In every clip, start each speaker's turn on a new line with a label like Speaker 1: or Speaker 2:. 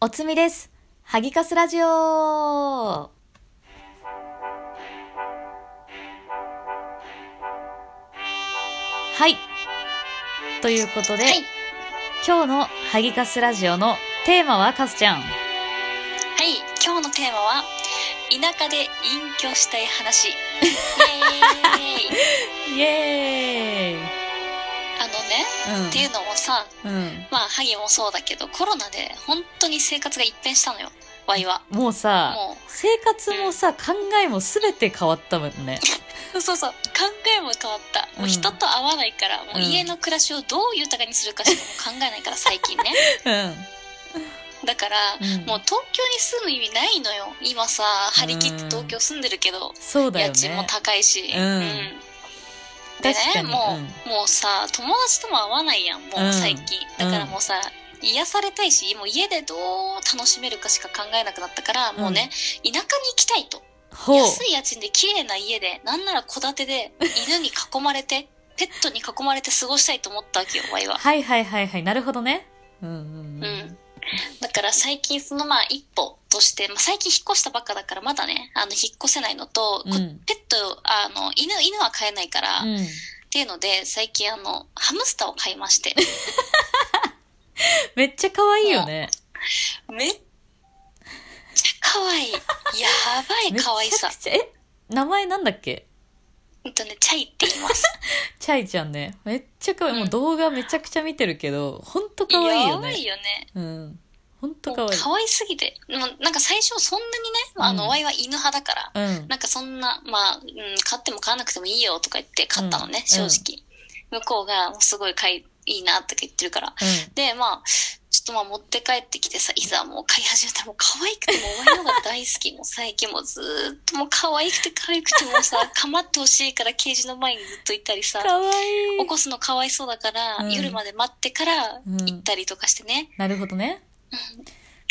Speaker 1: おつみです。ハギカスラジオはい。ということで、
Speaker 2: はい、
Speaker 1: 今日のハギカスラジオのテーマはカスちゃん。
Speaker 2: はい、今日のテーマは田舎で隠居したい 話。イエーイ
Speaker 1: イエーイ
Speaker 2: あのね、っていうのもさ、
Speaker 1: うん。うん。
Speaker 2: まあ萩もそうだけど、コロナで本当に生活が一変したのよ。ワイは。
Speaker 1: もうさ、
Speaker 2: も
Speaker 1: 生活もさ、考えもすべて変わったもん ね。
Speaker 2: う、そうそう、考えも変わった。もう人と会わないから、もう家の暮らしをどう豊かにするかしかもう考えないから最近ね。
Speaker 1: う
Speaker 2: だから、
Speaker 1: ん。
Speaker 2: もう東京に住む意味ないのよ。今さ、張り切って東京住んでるけど、
Speaker 1: そうだよ
Speaker 2: 家
Speaker 1: ね。
Speaker 2: 賃も高いし。
Speaker 1: うん
Speaker 2: でね
Speaker 1: 確かに
Speaker 2: もう、
Speaker 1: うん
Speaker 2: もうさ友達とも会わないやんも
Speaker 1: うん
Speaker 2: う最近、だからもうさ癒されたいしもう家でどう楽しめるかしか考えなくなったから、もうね田舎に行きたいと
Speaker 1: ほう。
Speaker 2: 安い家賃で綺麗な家でなんなら戸建てで犬に囲まれて ペットに囲まれて過ごしたいと思ったわけよわいは
Speaker 1: はいはいはいはい。なるほどね。うんうん
Speaker 2: うんだから最近そのまあ一歩として、まあ、最近引っ越したばっかだからまだねあの引っ越せないのと、
Speaker 1: うん。うん。
Speaker 2: ペットあの犬犬は飼えないから、
Speaker 1: うん。
Speaker 2: っていうので、最近あの、ハムスターを買い まして。
Speaker 1: めっちゃ可愛いよね。
Speaker 2: めっちゃ可愛い。やばい
Speaker 1: めちゃ
Speaker 2: 可愛さ
Speaker 1: く。ちゃ、え名前なんだっけ
Speaker 2: ほんとね、チャイって言います。
Speaker 1: チャイちゃんね。めっちゃ可愛い。
Speaker 2: うん
Speaker 1: もう動画めちゃくちゃ見てるけど、ほんと 可愛いよ
Speaker 2: やばい
Speaker 1: ね。
Speaker 2: よね。
Speaker 1: うん。ほんと
Speaker 2: も
Speaker 1: 可
Speaker 2: う
Speaker 1: 愛い。
Speaker 2: 可愛すぎて。でもなんか最初そんなにね、あ
Speaker 1: うん
Speaker 2: の、ワイは犬派だから、
Speaker 1: うん。
Speaker 2: なんかそんな、まあ、うん、買っても買わなくてもいいよとか言って買ったのね、
Speaker 1: うんうん
Speaker 2: 正直。向こうが、もうすごい買い、いいなとか言ってるから。
Speaker 1: う
Speaker 2: で、まあ、ちょっとまあ持って帰ってきてさ、いざもう飼い始めたらもう可愛くてもうワイのが大好き。もう最近もうずーっともう可愛くて可愛くて もうさ、構ってほしいからケージの前にずっといたりさ
Speaker 1: ん。、かわい
Speaker 2: 起
Speaker 1: い。
Speaker 2: こすのかわいそうだから、
Speaker 1: うん
Speaker 2: 夜まで待ってから
Speaker 1: うん
Speaker 2: 行ったりとかしてね。
Speaker 1: なるほどね。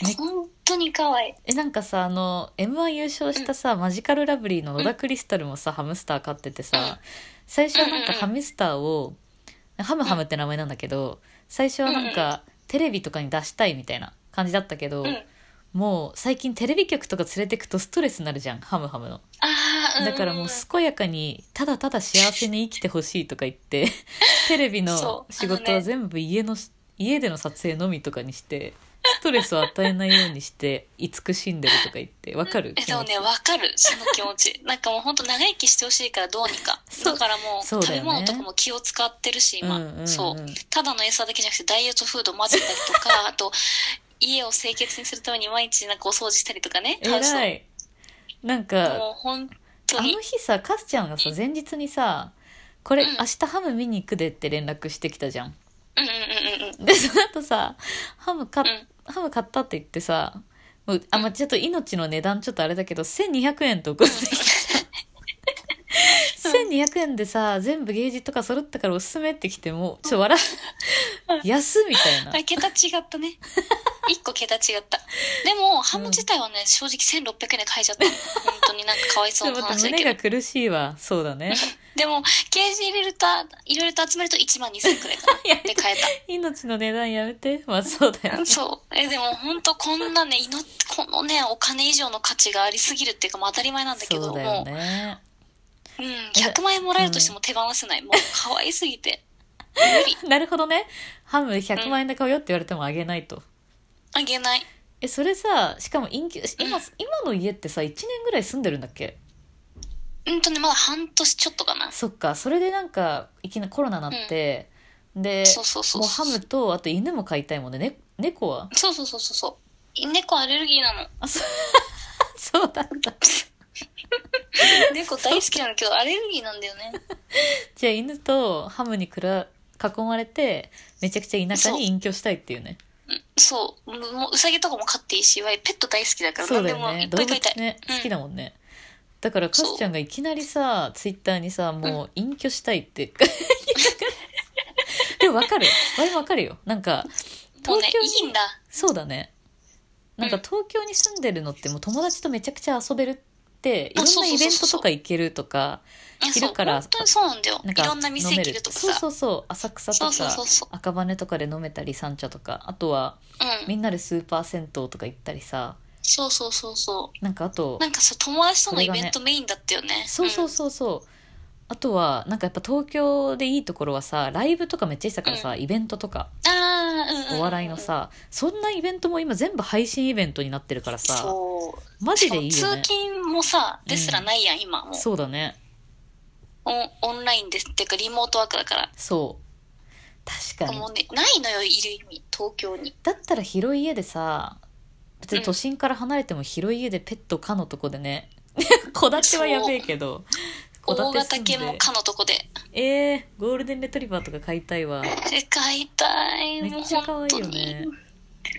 Speaker 1: め
Speaker 2: 本当に可愛い。
Speaker 1: え、なんかさ、あの、M1 優勝したさ、マジカルラブリーの野田クリスタルもさ、ハムスター飼っててさ、最初はなんか
Speaker 2: うんうんうん
Speaker 1: ハムスターを、ハムハムって名前なんだけど、最初はなんか、テレビとかに出したいみたいな感じだったけど、
Speaker 2: うん。
Speaker 1: もう最近テレビ局とか連れてくとストレスになるじゃん、ハムハムの。
Speaker 2: ああ、ん
Speaker 1: だからもう健やかに、ただただ幸せに生きてほしいとか言って、 テレビの
Speaker 2: そう
Speaker 1: 仕
Speaker 2: あのね
Speaker 1: 事は全部家のし、家での撮影のみとかにして、ストレスを与えないようにして、慈しんでるとか言って、わかる
Speaker 2: え、でも
Speaker 1: 気
Speaker 2: ね、
Speaker 1: 持
Speaker 2: わかる。その気持ち。なんかもう本当長生きしてほしいからどうにか。
Speaker 1: そう
Speaker 2: だからもう、
Speaker 1: そうだ
Speaker 2: 食
Speaker 1: よね
Speaker 2: べ物とかも気を使ってるし、
Speaker 1: ち
Speaker 2: 今。
Speaker 1: うんうんうん
Speaker 2: そう。ただの餌だけじゃなくてダイエットフードを混ぜたりとか、あと、家を清潔にするために毎日なんかお掃除したりとかね。
Speaker 1: 偉
Speaker 2: い。
Speaker 1: い。なん
Speaker 2: も
Speaker 1: か、
Speaker 2: う本当
Speaker 1: あ
Speaker 2: に
Speaker 1: の。日さ、カスちゃんがさ、前日にさ、これ
Speaker 2: うん
Speaker 1: 明日ハム見に行くでって連絡してきたじゃん。
Speaker 2: うんうんうんうん。
Speaker 1: で、その後さ、ハム買っ
Speaker 2: うん
Speaker 1: ハム買ったって言ってさ、もう、あ、まあ、ちょっと命の値段ちょっとあれだけど、1200円と送って きた。1200円でさ、全部ゲージとか揃ったからおすすめってきても、ちょっと笑う。安みたいな
Speaker 2: あ。れ、桁違ったね。一個桁違った。でも、ハム自体はね、正直1600円で買えちゃった。本当になんかかわいそ
Speaker 1: ちょ
Speaker 2: う
Speaker 1: っ
Speaker 2: な
Speaker 1: と待っ
Speaker 2: 話
Speaker 1: て、
Speaker 2: だ
Speaker 1: 胸
Speaker 2: け
Speaker 1: が
Speaker 2: ど。
Speaker 1: 苦しいわ。そうだ ね。
Speaker 2: でも、ケージ入れると、いろいろと集めると1万2000くらいかな。
Speaker 1: や
Speaker 2: で、買えた。
Speaker 1: 命の値段やめて。まあ、そうだよね。
Speaker 2: そう。え、でも本当こんなね、祈って、このね、お金以上の価値がありすぎるっていうか、まあ当たり前なんだけ
Speaker 1: そ
Speaker 2: ど、
Speaker 1: うだ
Speaker 2: も
Speaker 1: よ
Speaker 2: う、
Speaker 1: ね。
Speaker 2: うん、100万円もらえるとしても手放せない。もう可愛すぎて。無理。
Speaker 1: なるほどね。ハム100万円で買うよって言われてもあげないと。
Speaker 2: あげない。
Speaker 1: え、それさ、しかも隠居、今、今の家ってさ、1年ぐらい住んでるんだっけ
Speaker 2: うんとね、まだ半年ちょっとかな。
Speaker 1: そっかそれでなんかいきなりコロナになって、で
Speaker 2: そうそうそう。
Speaker 1: もうハムとあと犬も飼いたいもんねね猫 は
Speaker 2: そうそうそうそうそう。猫アレルギーなの。
Speaker 1: あそうそうだった
Speaker 2: 猫大好きなのけど、アレルギーなんだよね。
Speaker 1: じゃあ犬とハムにくら囲まれてめちゃくちゃ田舎に隠居したいっていうね
Speaker 2: そう。もうもううさぎとかも飼っていいし、わいペット大好きだから、
Speaker 1: そうだ
Speaker 2: 何
Speaker 1: よ
Speaker 2: でもい
Speaker 1: ね
Speaker 2: っ
Speaker 1: 動
Speaker 2: ぱい
Speaker 1: 物
Speaker 2: 飼いたい。
Speaker 1: ね
Speaker 2: うん
Speaker 1: 好きだもんね、だからカ
Speaker 2: そう
Speaker 1: スちゃんがいきなりさツイッターにさもう隠居したいって でも分かるわいも分かるよなんか
Speaker 2: もうね
Speaker 1: 東京、に
Speaker 2: いいんだ。
Speaker 1: そうだね。なんか
Speaker 2: うん
Speaker 1: 東京に住んでるのってもう友達とめちゃくちゃ遊べるっていろ
Speaker 2: あ
Speaker 1: ん
Speaker 2: そう
Speaker 1: な
Speaker 2: そ
Speaker 1: イ
Speaker 2: うそうそう
Speaker 1: ベントとか行けるとか
Speaker 2: いや
Speaker 1: 昼から
Speaker 2: そう本当にそうなんだよ
Speaker 1: なん
Speaker 2: い
Speaker 1: か
Speaker 2: ろんな店
Speaker 1: 飲め
Speaker 2: 行
Speaker 1: る
Speaker 2: けるとか
Speaker 1: そう
Speaker 2: さ
Speaker 1: そうそう浅草と
Speaker 2: そうそう
Speaker 1: か
Speaker 2: そうそう
Speaker 1: 赤羽とかで飲めたり三茶とかあとは
Speaker 2: うん
Speaker 1: みんなでスーパー銭湯とか行ったりさ
Speaker 2: そうそうそうそ
Speaker 1: なんかあと
Speaker 2: うなんかさ友達とのイ
Speaker 1: それが
Speaker 2: ベ
Speaker 1: ね
Speaker 2: ントメインだったよね
Speaker 1: そうそうそうそうあとはなんかやっぱ東京でいいところはさライブとかめっちゃしたからさ、イベントとか
Speaker 2: うんああうんうん
Speaker 1: お笑いのさ、そんなイベントも今全部配信イベントになってるからさ
Speaker 2: そう
Speaker 1: マジでいい
Speaker 2: しか
Speaker 1: よ
Speaker 2: も
Speaker 1: ね
Speaker 2: 通勤もさですらないやん、今もう
Speaker 1: そうだね
Speaker 2: オンオンラインですっていうかリモートワークだから
Speaker 1: そう確かに
Speaker 2: もうねないのよいる意味東京に
Speaker 1: だったら広い家でさ別に都心から離れても広い家でペット可のとこで ね戸建てはやべえけど戸建
Speaker 2: 大
Speaker 1: て
Speaker 2: 型
Speaker 1: 住ん
Speaker 2: 犬も
Speaker 1: で
Speaker 2: かのとこで
Speaker 1: えー、ゴールデンレトリバーとか飼いたいわい
Speaker 2: 世界大
Speaker 1: めっちゃ可愛いよね
Speaker 2: もう本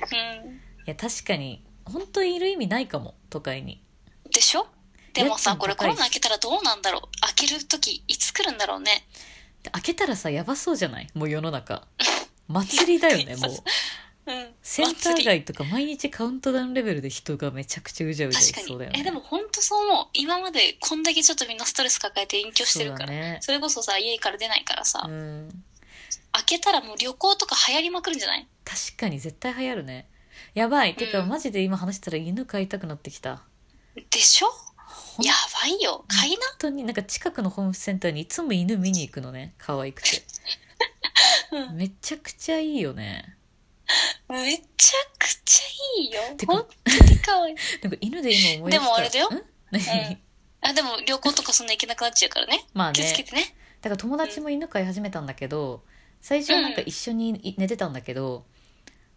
Speaker 2: 当に
Speaker 1: や確かに本当にいる意味ないかも都会に
Speaker 2: うんでしょでも
Speaker 1: 家
Speaker 2: さ
Speaker 1: 賃
Speaker 2: これコ
Speaker 1: 高いし
Speaker 2: ロナ開けたらどうなんだろう開ける時いつ来るんだろうね
Speaker 1: で開けたらさやばそうじゃないもう世の中祭りだよねもう
Speaker 2: うん
Speaker 1: センター
Speaker 2: 祭り
Speaker 1: 街とか毎日カウントダウンレベルで人がめちゃくちゃうじゃうじゃい
Speaker 2: 確か
Speaker 1: そうだ
Speaker 2: に
Speaker 1: よ、ね
Speaker 2: えでも本当そう思う今までこんだけちょっとみんなストレス抱えて隠居してる
Speaker 1: そう
Speaker 2: か
Speaker 1: だ
Speaker 2: ら
Speaker 1: ね
Speaker 2: それこそさ家から出ないからさ、
Speaker 1: うん
Speaker 2: 開けたらもう旅行とか流行りまくるんじゃない
Speaker 1: 確かに絶対流行るねやばいてか、
Speaker 2: うん
Speaker 1: マジで今話したら犬飼いたくなってきた
Speaker 2: でしょ
Speaker 1: ほん
Speaker 2: やばいよ飼いな
Speaker 1: 本当になんか近くのホームセンターにいつも犬見に行くのね可愛くて
Speaker 2: う
Speaker 1: めちゃくちゃいいよね
Speaker 2: めちゃくちゃいいよ
Speaker 1: て。か
Speaker 2: 本当に 可愛い。
Speaker 1: なんか犬で今思い出した
Speaker 2: でもあれだよ
Speaker 1: ん何、
Speaker 2: うんあ、でも旅行とかそんな行けなくなっちゃうからね。
Speaker 1: まあ
Speaker 2: 気をつけ
Speaker 1: ね
Speaker 2: てね。
Speaker 1: だから友達も犬飼い始めたんだけど最初はなんか一緒にい寝てたんだけど、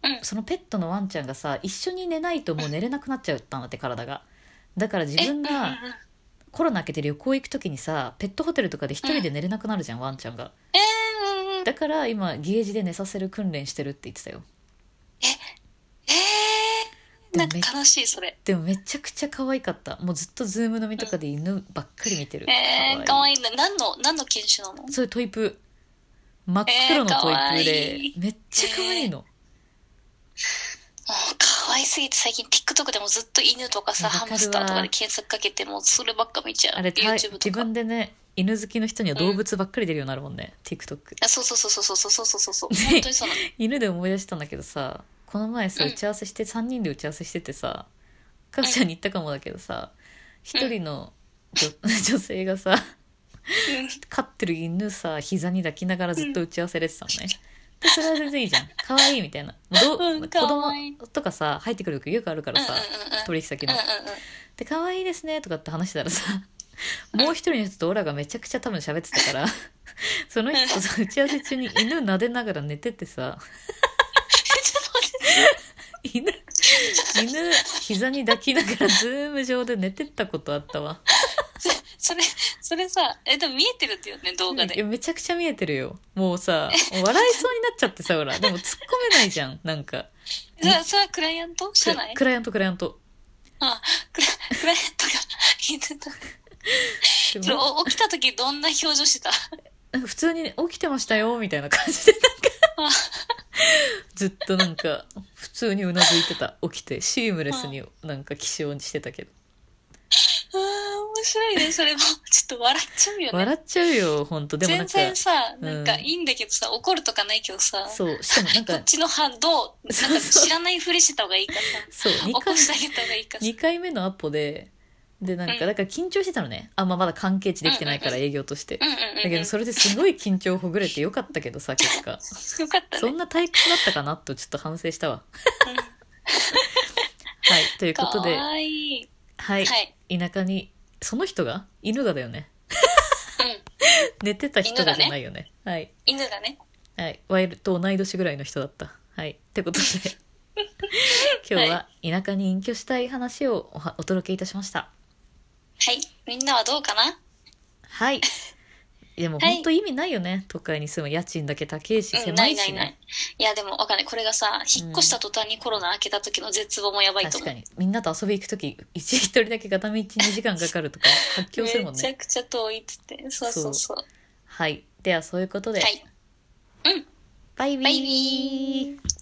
Speaker 2: うん
Speaker 1: そのペットのワンちゃんがさ一緒に寝ないともう寝れなくなっちゃったんだって体がだから自
Speaker 2: え、
Speaker 1: 分
Speaker 2: うんうんうん
Speaker 1: がコロナ明けて旅行行く時にさペットホテルとかで一人で寝れなくなるじゃん、ワンちゃんが
Speaker 2: えーうんうん、え
Speaker 1: だから今ゲージで寝させる訓練してるって言ってたよ
Speaker 2: ーなんか悲しい、それ。
Speaker 1: でもめちゃくちゃ可愛かったもうずっとズーム飲みとかで犬ばっかり見てる、
Speaker 2: えー、かわいいな。何の、何の犬種なの
Speaker 1: そういうトイプー真っ黒のトイプー
Speaker 2: えー可
Speaker 1: で、
Speaker 2: 愛い
Speaker 1: めっちゃ可愛いの、
Speaker 2: もう可愛すぎて最近 TikTok でもずっと犬とかさ、
Speaker 1: わかる
Speaker 2: ハ
Speaker 1: わ
Speaker 2: ムスターとかで検索かけて、もうそればっか見ちゃう。
Speaker 1: あれた
Speaker 2: YouTube
Speaker 1: 自
Speaker 2: とか
Speaker 1: 分。でね犬好きの人には動物ばっかり出るようになるもんね、TikTok
Speaker 2: あそうそうそうそうそうそうそうそうそう。
Speaker 1: ね
Speaker 2: 本当にそうなの。
Speaker 1: 犬で思い出したんだけどさこの前さ
Speaker 2: うん
Speaker 1: 打ち合わせして、3人で打ち合わせしててさかぐちゃんに言ったかもだけどさ一人の女 女性がさ
Speaker 2: うん
Speaker 1: 飼ってる犬さ膝に抱きながらずっと打ち合わせれてたのね、でそれは全然いいじゃん可愛いみたいなどう
Speaker 2: うん
Speaker 1: 子
Speaker 2: かわいい
Speaker 1: 供とかさ入ってくる時よくあるからさ、
Speaker 2: うんうんうん
Speaker 1: 取引先
Speaker 2: う
Speaker 1: の
Speaker 2: んうんうん。
Speaker 1: で可愛いですねとかって話したらさもう一人の人とオラがめちゃくちゃ多分喋ってた からその人さ打ち合わせ中に犬撫でながら寝ててさ
Speaker 2: ちょっと待って。
Speaker 1: 犬犬膝に抱きながらズーム上で寝てったことあったわ
Speaker 2: それ、それさ、え、でも見えてるってよね、動画
Speaker 1: いや
Speaker 2: で。
Speaker 1: めちゃくちゃ見えてるよもうさもう笑いそうになっちゃってさほらでも突っ込めないじゃんなんか
Speaker 2: それそれはクライアント社内
Speaker 1: クライアントクライアント
Speaker 2: あ、クラクライアントが言ってた。
Speaker 1: で
Speaker 2: それ
Speaker 1: も
Speaker 2: お起きた時どんな表情してた
Speaker 1: なんか普通に、ね、起きてましたよみたいな感じ でなんか
Speaker 2: あ
Speaker 1: ずっとなんか普通にうなずいてた起きてシームレスになんか起床してたけど
Speaker 2: あー面白いね、それも。ちょっと笑っちゃうよね。
Speaker 1: 笑っちゃうよ本当でもなん
Speaker 2: 全
Speaker 1: か
Speaker 2: 然さ、
Speaker 1: ん
Speaker 2: なんかいいんだけどさ、怒るとかないけどさ、
Speaker 1: そうしかもなん
Speaker 2: こ
Speaker 1: か
Speaker 2: っちの反動、なんか知らないふりしてた方がいいかさ、
Speaker 1: そう
Speaker 2: 起
Speaker 1: 2
Speaker 2: こ
Speaker 1: 回
Speaker 2: してあげた方がいいかさ。
Speaker 1: 二回目のアポででなん
Speaker 2: う
Speaker 1: か
Speaker 2: ん
Speaker 1: だから緊張してたのねあんままだ関係値できてないから
Speaker 2: う
Speaker 1: 営業として
Speaker 2: うんうん
Speaker 1: だ
Speaker 2: うん
Speaker 1: け
Speaker 2: う
Speaker 1: どそれですごい緊張ほぐれてよかったけど さ結果
Speaker 2: ん。よかった
Speaker 1: そ
Speaker 2: ね。
Speaker 1: んな退屈だったかなとちょっと反省したわはいという
Speaker 2: か
Speaker 1: ことで
Speaker 2: わいい。
Speaker 1: はい
Speaker 2: はい。
Speaker 1: 田舎にその人が犬がだよね
Speaker 2: うん。
Speaker 1: 寝てた人がじゃないよねはい
Speaker 2: 犬がね。
Speaker 1: はい、ワイルと同い年ぐらいの人だった。はい、って ことで今日は田舎に隠居したい話をおはお届けいたしました。
Speaker 2: はい。みんなはどうかな
Speaker 1: はい。 でも
Speaker 2: はい
Speaker 1: 本当意味ないよね、都会に住む家賃だけ高いし
Speaker 2: うん、
Speaker 1: 狭
Speaker 2: ないいない
Speaker 1: し
Speaker 2: ない
Speaker 1: ね。。
Speaker 2: いや、でもわかんない。これがさ、引っ越した途端にコロナ開けた時の絶望もやばいと
Speaker 1: 確か
Speaker 2: 思う。
Speaker 1: にみんなと遊び行く時一人一人だけ片道2時間かかるとか発狂するもん
Speaker 2: めちゃ
Speaker 1: ね。
Speaker 2: くちゃ遠いっつって。そうそうそう。
Speaker 1: はい、ではそういうことで、
Speaker 2: はい。
Speaker 1: バイビー。
Speaker 2: バイビー